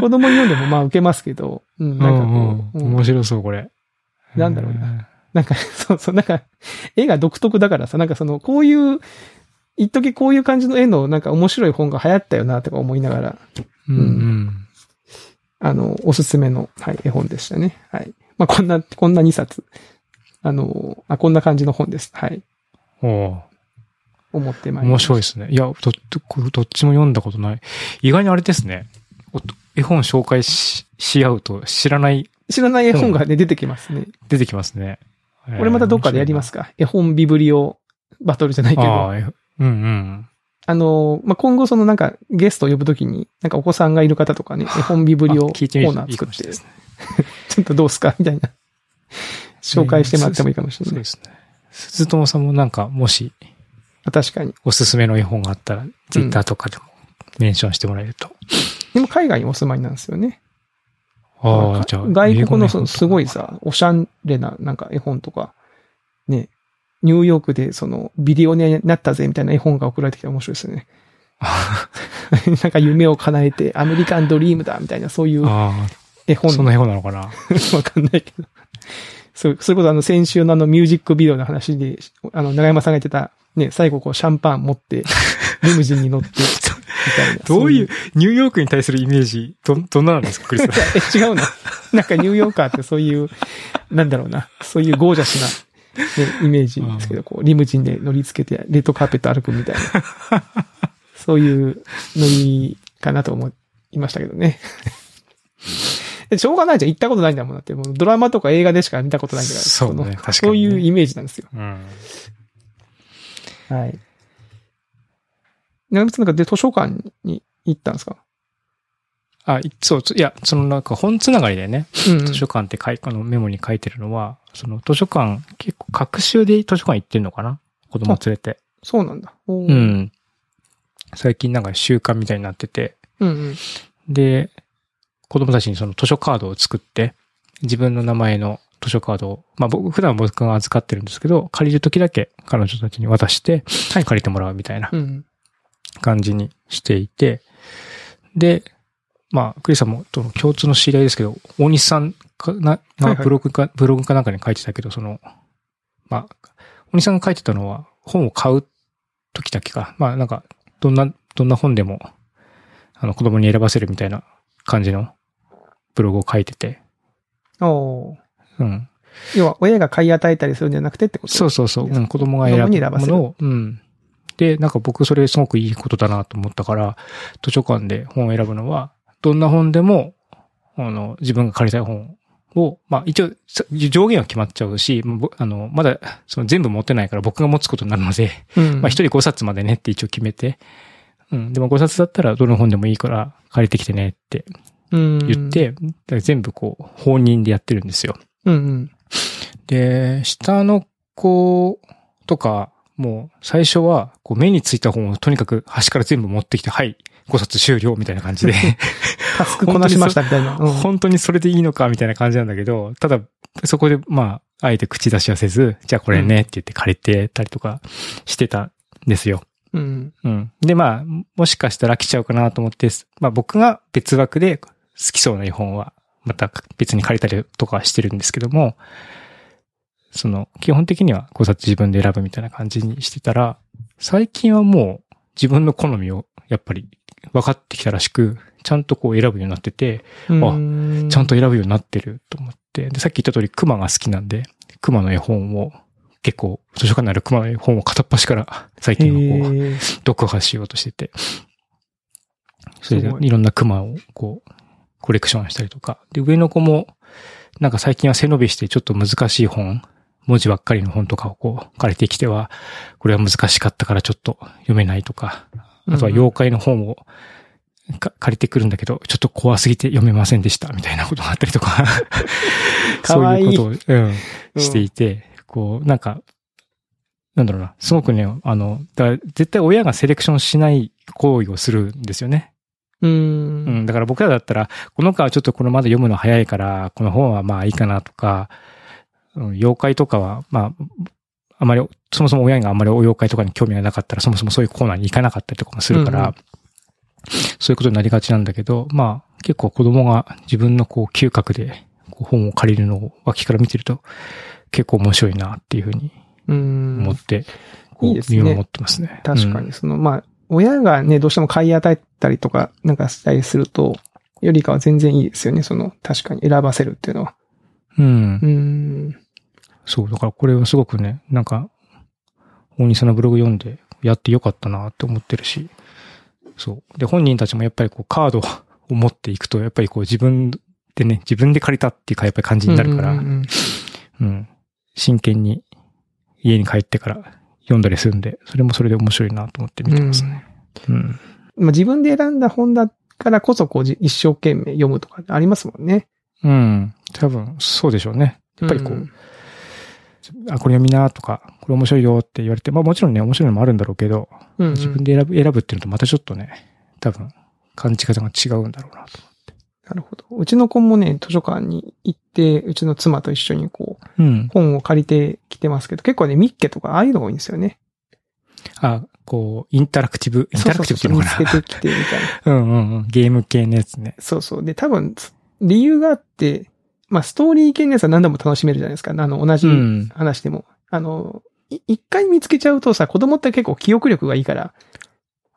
[SPEAKER 2] 子供に読んでもまあ受けますけど、うん、なんか
[SPEAKER 1] う
[SPEAKER 2] こう、
[SPEAKER 1] ん
[SPEAKER 2] うん
[SPEAKER 1] 面白そう、これ。
[SPEAKER 2] なんだろう
[SPEAKER 1] な。
[SPEAKER 2] なんか、 そうそう、なんか、絵が独特だからさ、なんかその、こういう、一時こういう感じの絵の、なんか面白い本が流行ったよな、とか思いながら、
[SPEAKER 1] うんうん。
[SPEAKER 2] あの、おすすめの、はい、絵本でしたね。はい。まあ、こんな、こんな2冊。あの、あ、こんな感じの本です。はい。
[SPEAKER 1] おー
[SPEAKER 2] 思ってまいり
[SPEAKER 1] 面
[SPEAKER 2] ました。
[SPEAKER 1] 白いですね。いや、ど、どこどっちも読んだことない。意外にあれですね。お絵本紹介し、し合うと知らない、
[SPEAKER 2] 知らない絵本がね、出てきますね。
[SPEAKER 1] 出てきますね。
[SPEAKER 2] これまたどっかでやりますすか。絵本ビブリオバトルじゃないけど。
[SPEAKER 1] ああ、えうんうん。
[SPEAKER 2] あの、まあ、今後そのなんかゲストを呼ぶときに、なんかお子さんがいる方とかね、絵本ビブリ
[SPEAKER 1] あ
[SPEAKER 2] オコ
[SPEAKER 1] 聞いてみる
[SPEAKER 2] ー
[SPEAKER 1] と
[SPEAKER 2] ナー
[SPEAKER 1] いい
[SPEAKER 2] 作
[SPEAKER 1] かも
[SPEAKER 2] って
[SPEAKER 1] しれないですね。
[SPEAKER 2] ちょっとどうすかみたい な。紹介してもらってもいいかもしれ
[SPEAKER 1] そう
[SPEAKER 2] ない
[SPEAKER 1] で。すね。鈴友さんもなんか、もし、
[SPEAKER 2] あ確かに。
[SPEAKER 1] おすすめの絵本があったら、ツイッターとかでもメンションしてもらえると。
[SPEAKER 2] でも海外にお住まいなんですよね。
[SPEAKER 1] あ
[SPEAKER 2] か
[SPEAKER 1] あ、じゃあ。
[SPEAKER 2] 外国のそ
[SPEAKER 1] 英語絵本とか
[SPEAKER 2] のすごい。さ、おしゃれななんか絵本とか、ね、ニューヨークでそのビデオになったぜみたいな絵本が送られてきたら面白いです よね。なんか夢を叶えてアメリカンドリームだみたいなそういう
[SPEAKER 1] あ
[SPEAKER 2] 絵
[SPEAKER 1] あ、
[SPEAKER 2] 本
[SPEAKER 1] その絵本なのかな。
[SPEAKER 2] わかんないけど。そう、それこそあの先週のあのミュージックビデオの話で、あの、長山さんが言ってた、ね、最後こうシャンパン持って、リムジンに乗って、みたい な。
[SPEAKER 1] どういう、ニューヨークに対するイメージ、ど、どんなのですか、クリスさん。
[SPEAKER 2] そういう え、違うのなんかニューヨーカーってそういう、なんだろうな、そういうゴージャスな、ね、イメージですけど、こう、リムジンで乗り付けて、レッドカーペット歩くみたいな。 そういうノリかなと思いましたけどね。しょうがないじゃん。行ったことないんだもんだって。もうドラマとか映画でしか見たことないんだから。
[SPEAKER 1] そうね確
[SPEAKER 2] の
[SPEAKER 1] かにね
[SPEAKER 2] そういうイメージなんですよ。
[SPEAKER 1] うん。
[SPEAKER 2] はい。長山さんなんかで図書館に行ったんですか
[SPEAKER 1] あ、いそう、ついや、そのなんか本つながりでね、
[SPEAKER 2] うんうん
[SPEAKER 1] 図書館って書い、あのメモに書いてるのは、その図書館、結構、学習で図書館行ってるのかな子供連れて。
[SPEAKER 2] そうなんだ。おー
[SPEAKER 1] うん。最近なんか習慣みたいになってて、
[SPEAKER 2] うんうん。
[SPEAKER 1] で、子供たちにその図書カードを作って、自分の名前の図書カードを、まあ僕、普段僕が預かってるんですけど、借りるときだけ彼女たちに渡して、はい、借りてもらうみたいな
[SPEAKER 2] うんうん。
[SPEAKER 1] 感じにしていて、で、まあ、クリスさんもとの共通の知り合いですけど、大西さんかな、
[SPEAKER 2] は
[SPEAKER 1] が
[SPEAKER 2] いはい
[SPEAKER 1] ブログか、ブログかなんかに書いてたけど、その、まあ、大西さんが書いてたのは、本を買う時だけか。まあ、なんか、どんな、どんな本でも、あの、子供に選ばせるみたいな感じのブログを書いてて、
[SPEAKER 2] おー
[SPEAKER 1] うん。
[SPEAKER 2] 要は、親が買い与えたりするんじゃなくてってこと
[SPEAKER 1] そうそうそう。うん、子供が選ぶ
[SPEAKER 2] 子供に選ば
[SPEAKER 1] も
[SPEAKER 2] せる
[SPEAKER 1] のを。うん。で、なんか僕それすごくいいことだなと思ったから、図書館で本を選ぶのは、どんな本でも、あの、自分が借りたい本を、まあ一応、さ上限は決まっちゃうし、もうぼあの、まだ、その全部持ってないから僕が持つことになるので、
[SPEAKER 2] うん。
[SPEAKER 1] まあ一人5冊までねって一応決めて、うん、でも5冊だったらどの本でもいいから借りてきてねって言っ、て、だから全部こう、放任でやってるんですよ。
[SPEAKER 2] うんうん。
[SPEAKER 1] で、下の子とか、もう最初はこう目についた本をとにかく端から全部持ってきて、はい、5冊終了みたいな感じで、
[SPEAKER 2] タスクこなしましたみたいな。 うん
[SPEAKER 1] 本当にそれでいいのかみたいな感じなんだけど、ただそこでまあ、あえて口出しはせず、じゃあこれねって言って借りてたりとかしてたんですよ。
[SPEAKER 2] うん。
[SPEAKER 1] うん。でまあ、もしかしたら来ちゃうかなと思って、まあ僕が別枠で好きそうな絵本は、また別に借りたりとかはしてるんですけども、その、基本的には5冊自分で選ぶみたいな感じにしてたら、最近はもう自分の好みをやっぱり分かってきたらしく、ちゃんとこう選ぶようになってて、
[SPEAKER 2] うん
[SPEAKER 1] ちゃんと選ぶようになってると思って、で、さっき言った通り熊が好きなんで、熊の絵本を結構、図書館にある熊の絵本を片っ端から最近はこう、
[SPEAKER 2] へえ
[SPEAKER 1] 読破しようとしてて。それです
[SPEAKER 2] ごい
[SPEAKER 1] いろんなクマをこう、コレクションしたりとか。で、上の子も、なんか最近は背伸びしてちょっと難しい本、文字ばっかりの本とかをこう、借りてきては、これは難しかったからちょっと読めないとか、あとは妖怪の本をか借りてくるんだけど、ちょっと怖すぎて読めませんでした、みたいなことがあったりとか、
[SPEAKER 2] かわいい
[SPEAKER 1] そういうことを、うん、していて、こう、なんか、なんだろうな、すごくね、あの、だから絶対親がセレクションしない行為をするんですよね。
[SPEAKER 2] う。
[SPEAKER 1] うんん、だから僕らだったら、この子はちょっとこのまだ読むの早いから、この本はまあいいかなとか、うん妖怪とかは、まあ、あまり、そもそも親があんまりお妖怪とかに興味がなかったら、そもそもそういうコーナーに行かなかったりとかもするから、そういうことになりがちなんだけど、まあ、結構子供が自分のこう嗅覚でこう本を借りるのを脇から見てると、結構面白いなっていうふうに
[SPEAKER 2] うん。
[SPEAKER 1] 思って、こ
[SPEAKER 2] いういですね
[SPEAKER 1] 見守ってますね。
[SPEAKER 2] 確かに、その、まあ、親がね、どうしても買い与えたりとか、なんかしたりすると、よりかは全然いいですよね。その、確かに選ばせるっていうのは。
[SPEAKER 1] うん。うん
[SPEAKER 2] う。ん。
[SPEAKER 1] そう、だからこれはすごくね、なんか、大西さんのブログ読んで、やってよかったなって思ってるし、そう。で、本人たちもやっぱりこうカードを 持っていくと、やっぱりこう自分でね、自分で借りたっていうか、やっぱり感じになるから、
[SPEAKER 2] うんうんうん
[SPEAKER 1] うん。真剣に家に帰ってから読んだりするんで、それもそれで面白いなと思って見てますね。うん。
[SPEAKER 2] まあ、自分で選んだ本だからこそ、こう、じ一生懸命読むとかありますもんね。
[SPEAKER 1] うん。多分、そうでしょうね。やっぱりこう、
[SPEAKER 2] ん
[SPEAKER 1] あ、これ読みなとか、これ面白いよって言われて、まあもちろんね、面白いのもあるんだろうけど、
[SPEAKER 2] うんうん
[SPEAKER 1] 自分で選ぶ選ぶっていうのとまたちょっとね、多分、感じ方が違うんだろうなと。
[SPEAKER 2] なるほど。うちの子もね、図書館に行って、うちの妻と一緒にこう、
[SPEAKER 1] うん。
[SPEAKER 2] 本を借りてきてますけど、結構ね、ミッケとかああいうのが多いんですよね。
[SPEAKER 1] あ、こう、インタラクティブ、インタラクティブっていうの
[SPEAKER 2] 見
[SPEAKER 1] か
[SPEAKER 2] つ
[SPEAKER 1] な。
[SPEAKER 2] けてきてみたいな。
[SPEAKER 1] うんうんうん。ゲーム系のやつね。
[SPEAKER 2] そうそう。で、多分、理由があって、まあ、ストーリー系のやつは何度も楽しめるじゃないですか。あの、同じ
[SPEAKER 1] うん。
[SPEAKER 2] 話でも。あの、い一回見つけちゃうとさ、子供って結構記憶力がいいから、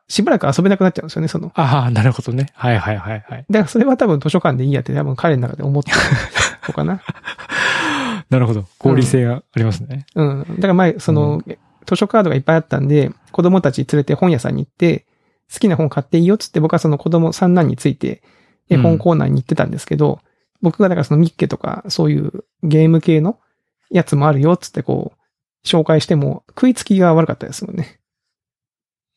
[SPEAKER 2] しばらく遊べなくなっちゃうんですよね、その。
[SPEAKER 1] ああ、なるほどね。はいはいはいはい。
[SPEAKER 2] だからそれは多分図書館でいいやって多分彼の中で思ってる のかな。
[SPEAKER 1] なるほど。合理性がありますね。
[SPEAKER 2] うん。だから前、その、図書カードがいっぱいあったんで、子供たち連れて本屋さんに行って、好きな本買っていいよっつって僕はその子供三男について、絵
[SPEAKER 1] う
[SPEAKER 2] 本
[SPEAKER 1] ん
[SPEAKER 2] コーナーに行ってたんですけど、僕がだからそのミッケとかそういうゲーム系のやつもあるよっつってこう、紹介しても食いつきが悪かったですもんね。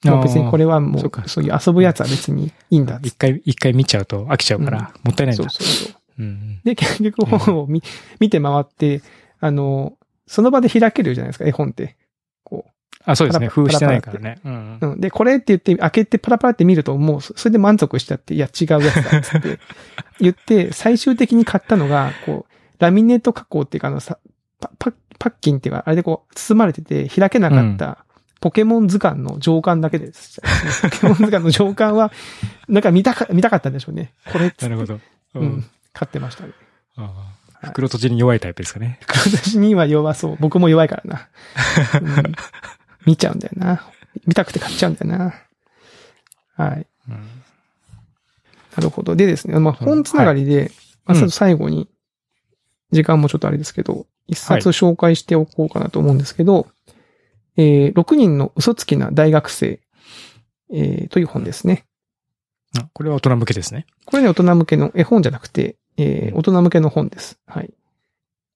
[SPEAKER 2] もう別にこれはも
[SPEAKER 1] そうか
[SPEAKER 2] う、そういう遊ぶやつは別にいいんだっつっ
[SPEAKER 1] 一回、一回見ちゃうと飽きちゃうから、もったい
[SPEAKER 2] て。
[SPEAKER 1] ないん
[SPEAKER 2] そ
[SPEAKER 1] だ
[SPEAKER 2] う。そうそう。
[SPEAKER 1] うん
[SPEAKER 2] で、結局本を見、見て回って、あの、その場で開けるじゃないですか、絵本って。こ
[SPEAKER 1] あ、そうですね。
[SPEAKER 2] パラ
[SPEAKER 1] 封
[SPEAKER 2] パラ
[SPEAKER 1] してないからね。うん
[SPEAKER 2] う。うん。で、これって言って、開けてパラパラって見ると、もう、そそれで満足しちゃって、いや、違うやつだ、つって。 言って、最終的に買ったのが、こう、ラミネート加工っていうか、あのさ、パパパッキンっていうか、あれでこう、包まれてて、開けなかった、ポケモン図鑑の上巻だけです。 ポケモン図鑑の上巻は、なんか見たか、見たかったんでしょうね。これっ
[SPEAKER 1] な
[SPEAKER 2] つって
[SPEAKER 1] るほど。う
[SPEAKER 2] うんん。。買ってましたね。
[SPEAKER 1] あー袋とじに弱いタイプですかね。
[SPEAKER 2] 私には弱そう。僕も弱いからな。うん見ちゃうんだよな。見たくて買っちゃうんだよな。はい。
[SPEAKER 1] うん
[SPEAKER 2] なるほど。でですね、まあ、
[SPEAKER 1] うん
[SPEAKER 2] 本つながりで、まあ
[SPEAKER 1] うん
[SPEAKER 2] ちょっと最後に、時間もちょっとあれですけど、一冊紹介しておこうかなと思うんですけど、えー、6人の嘘つきな大学生、えー、という本ですね。
[SPEAKER 1] あこれは大人向けですね。
[SPEAKER 2] これね、大人向けの絵本じゃなくて、えー、大人向けの本です。はい。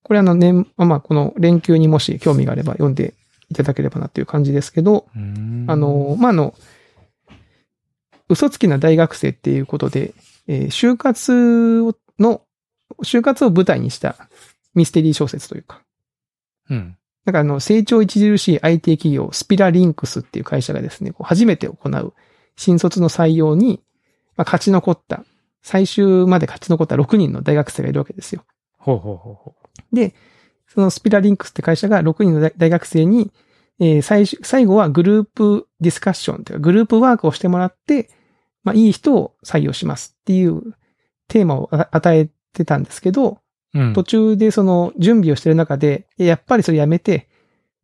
[SPEAKER 2] これあの年、まあ、この連休にもし興味があれば読んでいただければなっていう感じですけど、あ
[SPEAKER 1] あ
[SPEAKER 2] の、、まあ、あの、嘘つきな大学生っていうことで、えー就活をの、就活を舞台にしたミステリー小説というか、
[SPEAKER 1] うん。
[SPEAKER 2] なんかあの、成長著しい IT 企業、スピラリンクスっていう会社がですね、こう初めて行う新卒の採用に、まあ、勝ち残った、最終まで勝ち残った6人の大学生がいるわけですよ。
[SPEAKER 1] ほうほうほうほ
[SPEAKER 2] で、そのスピラリンクスって会社が6人の大大学生に、えー最終、最後はグループディスカッションというか、グループワークをしてもらって、まあ、いい人を採用しますっていうテーマをあ与えてたんですけど、
[SPEAKER 1] う。うん
[SPEAKER 2] 途中でその準備をしてる中で、いややっぱりそれやめて、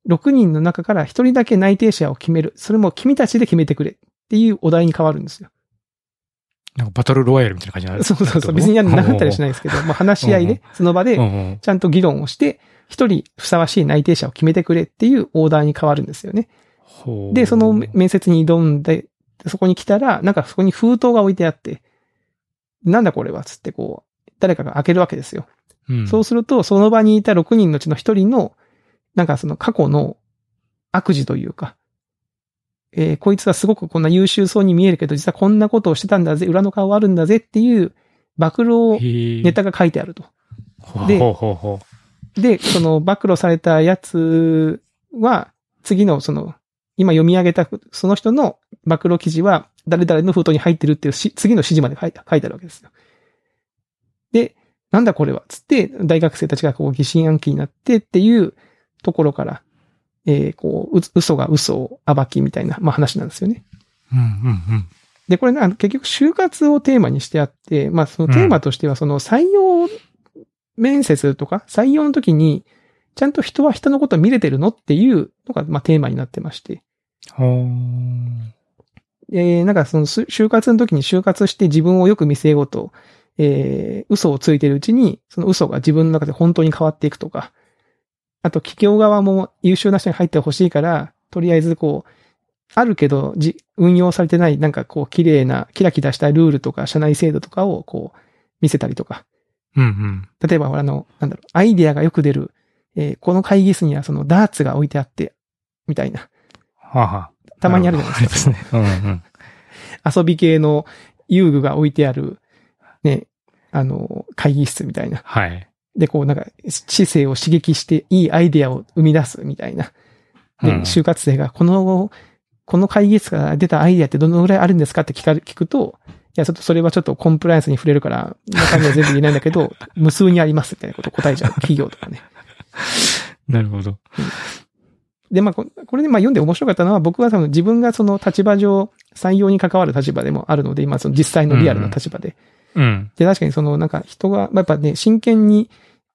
[SPEAKER 2] 6人の中から1人だけ内定者を決める。それも君たちで決めてくれっていうお題に変わるんですよ。
[SPEAKER 1] なんかバトルロワイヤルみたいな感じになる
[SPEAKER 2] そうそうそう。別にやんなかったりはしないですけど、まあ話し合い
[SPEAKER 1] うん
[SPEAKER 2] で、その場で
[SPEAKER 1] うんうん
[SPEAKER 2] ちゃんと議論をして、一人ふさわしい内定者を決めてくれっていうオーダーに変わるんですよね。
[SPEAKER 1] ほう
[SPEAKER 2] で、その面接に挑んで、そこに来たら、なんかそこに封筒が置いてあって、なんだこれはつってこう、誰かが開けるわけですよ。
[SPEAKER 1] うん
[SPEAKER 2] そうすると、その場にいた6人のうちの1人の、なんかその過去の悪事というか、えーこいつはすごくこんな優秀そうに見えるけど、実はこんなことをしてたんだぜ、裏の顔あるんだぜっていう、暴露ネ
[SPEAKER 1] ネ
[SPEAKER 2] タが書いてあると。
[SPEAKER 1] で、
[SPEAKER 2] で
[SPEAKER 1] ほうほうほ
[SPEAKER 2] で、その暴露されたやつは、次のその、今読み上げた、その人の暴露記事は、誰々の封筒に入ってるっていうし、次の指示まで書い書いてあるわけですよ。で、なんだこれはつって、大学生たちがこう疑心暗鬼になってっていうところから、えーこう、う嘘が嘘を暴きみたいな、まあ話なんですよね。
[SPEAKER 1] う。うんうんうん。
[SPEAKER 2] で、これね、あの結局就活をテーマにしてあって、まあそのテーマとしてはその採用面接とか採用の時に、ちゃんと人は人のことを見れてるのっていうのが、まあテーマになってまして。
[SPEAKER 1] はあ。
[SPEAKER 2] えーなんかそのす就活の時に就活して自分をよく見据えようと、えー嘘をついてるうちに、その嘘が自分の中で本当に変わっていくとか、あと企業側も優秀な人に入ってほしいから、とりあえずこう、あるけど、じ、運用されてない、なんかこう、綺麗な、キラキラしたルールとか、社内制度とかをこう、見せたりとか、
[SPEAKER 1] うんうん。
[SPEAKER 2] 例えば、ほらあの、なんだろう、アイデアがよく出る、えーこの会議室にはそのダーツが置いてあって、みたいな、
[SPEAKER 1] はあはあ。
[SPEAKER 2] たまにあるじゃないですか。
[SPEAKER 1] ですね。うんうん。
[SPEAKER 2] 遊び系の遊具が置いてある、ね、あの、会議室みたいな。
[SPEAKER 1] はい。
[SPEAKER 2] で、こうなんか、知性を刺激していいアイデアを生み出すみたいな。で、
[SPEAKER 1] うん
[SPEAKER 2] 就活生が、この、この会議室から出たアイデアってどのぐらいあるんですかって聞か、聞くと、いや、ちょっとそれはちょっとコンプライアンスに触れるから、中身は全部言えないんだけど、無数にありますみたいなことを答えちゃう企業とかね。
[SPEAKER 1] なるほど。
[SPEAKER 2] で、まあ、ここれでまあ読んで面白かったのは、僕はその自分がその立場上、採用に関わる立場でもあるので、今その実際のリアルな立場で、
[SPEAKER 1] うん。
[SPEAKER 2] で、確かにその、なんか人が、まあやっぱね、真剣に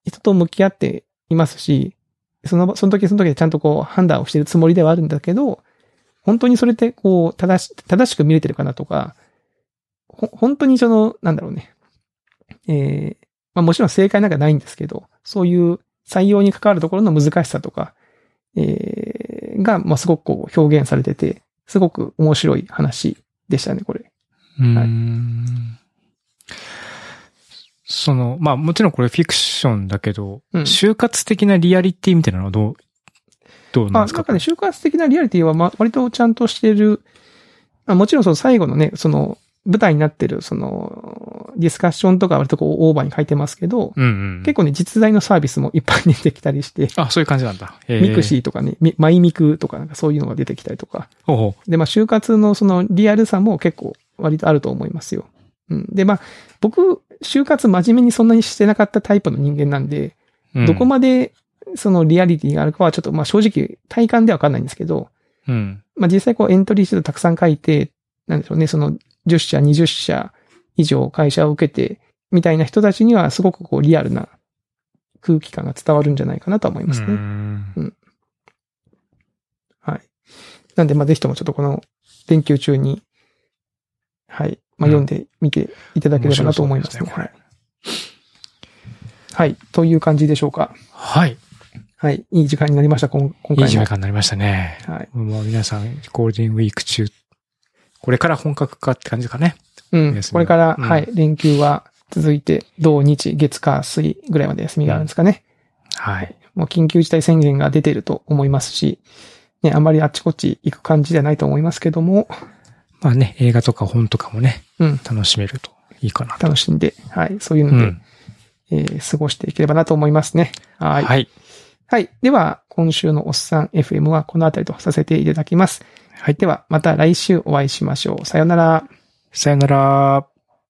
[SPEAKER 2] 人と向き合っていますし、その、その時その時でちゃんとこう判断をしているつもりではあるんだけど、本当にそれってこう、正し、正しく見れてるかなとか、ほ、本当にその、なんだろうね。えーまあもちろん正解なんかないんですけど、そういう採用に関わるところの難しさとか、えーが、まあすごくこう表現されてて、すごく面白い話でしたね、これ。
[SPEAKER 1] うー
[SPEAKER 2] はい
[SPEAKER 1] んその、まあもちろんこれフィクションだけど、
[SPEAKER 2] うん
[SPEAKER 1] 就活的なリアリティみたいなのはどう、どうなん
[SPEAKER 2] あ、
[SPEAKER 1] ですか
[SPEAKER 2] なんかね、就活的なリアリティは、ま、割とちゃんとしてる。あもちろん、その最後のね、その、舞台になってる、その、ディスカッションとか割とこう、オーバーに書いてますけど、
[SPEAKER 1] うんうん。
[SPEAKER 2] 結構ね、実在のサービスもいっぱい出てきたりして、
[SPEAKER 1] あ、そういう感じなんだ。 へー
[SPEAKER 2] ミクシーとかね、みマイミクとかなんかそういうのが出てきたりとか。
[SPEAKER 1] ほうほ
[SPEAKER 2] で、まあ、就活のその、リアルさも結構、割とあると思いますよ。うん。で、まあ、僕、就活真面目にそんなにしてなかったタイプの人間なんで、
[SPEAKER 1] う。うん
[SPEAKER 2] どこまで、そのリアリティがあるかは、ちょっと、まあ、正直、体感ではわかんないんですけど、
[SPEAKER 1] うん。
[SPEAKER 2] まあ、実際こうエントリーシートたくさん書いて、なんでしょうね、その10社、20社以上会社を受けて、みたいな人たちにはすごくこうリアルな空気感が伝わるんじゃないかなとは思いますね。
[SPEAKER 1] うーん
[SPEAKER 2] はい。なんで、まあ、ぜひともちょっとこの連休中に、はい、まあ、
[SPEAKER 1] うん
[SPEAKER 2] 読んでみていただければなと思いますね。
[SPEAKER 1] 面白そうですね
[SPEAKER 2] はい。という感じでしょうか。
[SPEAKER 1] はい。
[SPEAKER 2] はい。いい時間になりました、こん今
[SPEAKER 1] いい
[SPEAKER 2] 回も。
[SPEAKER 1] 時間になりましたね。
[SPEAKER 2] はい。
[SPEAKER 1] もう皆さん、ゴールデンウィーク中、これから本格化って感じかね。
[SPEAKER 2] うん。
[SPEAKER 1] 休み
[SPEAKER 2] これから、
[SPEAKER 1] うん
[SPEAKER 2] はい、連休は続いて、土日、月火水ぐらいまで休みがあるんですかね。
[SPEAKER 1] はい。
[SPEAKER 2] もう緊急事態宣言が出てると思いますし、ね、あまりあっちこっち行く感じじゃないと思いますけども、
[SPEAKER 1] まあね、映画とか本とかもね、
[SPEAKER 2] うん。
[SPEAKER 1] 楽しめるといいかなと。
[SPEAKER 2] 楽しんで、はい、そういうの
[SPEAKER 1] う
[SPEAKER 2] で、
[SPEAKER 1] ん。
[SPEAKER 2] えー過ごしていければなと思いますね。はい。
[SPEAKER 1] はい。
[SPEAKER 2] はい。では、今週のおっさん FM はこのあたりとさせていただきます。はい。では、また来週お会いしましょう。さようなら。
[SPEAKER 1] さよなら。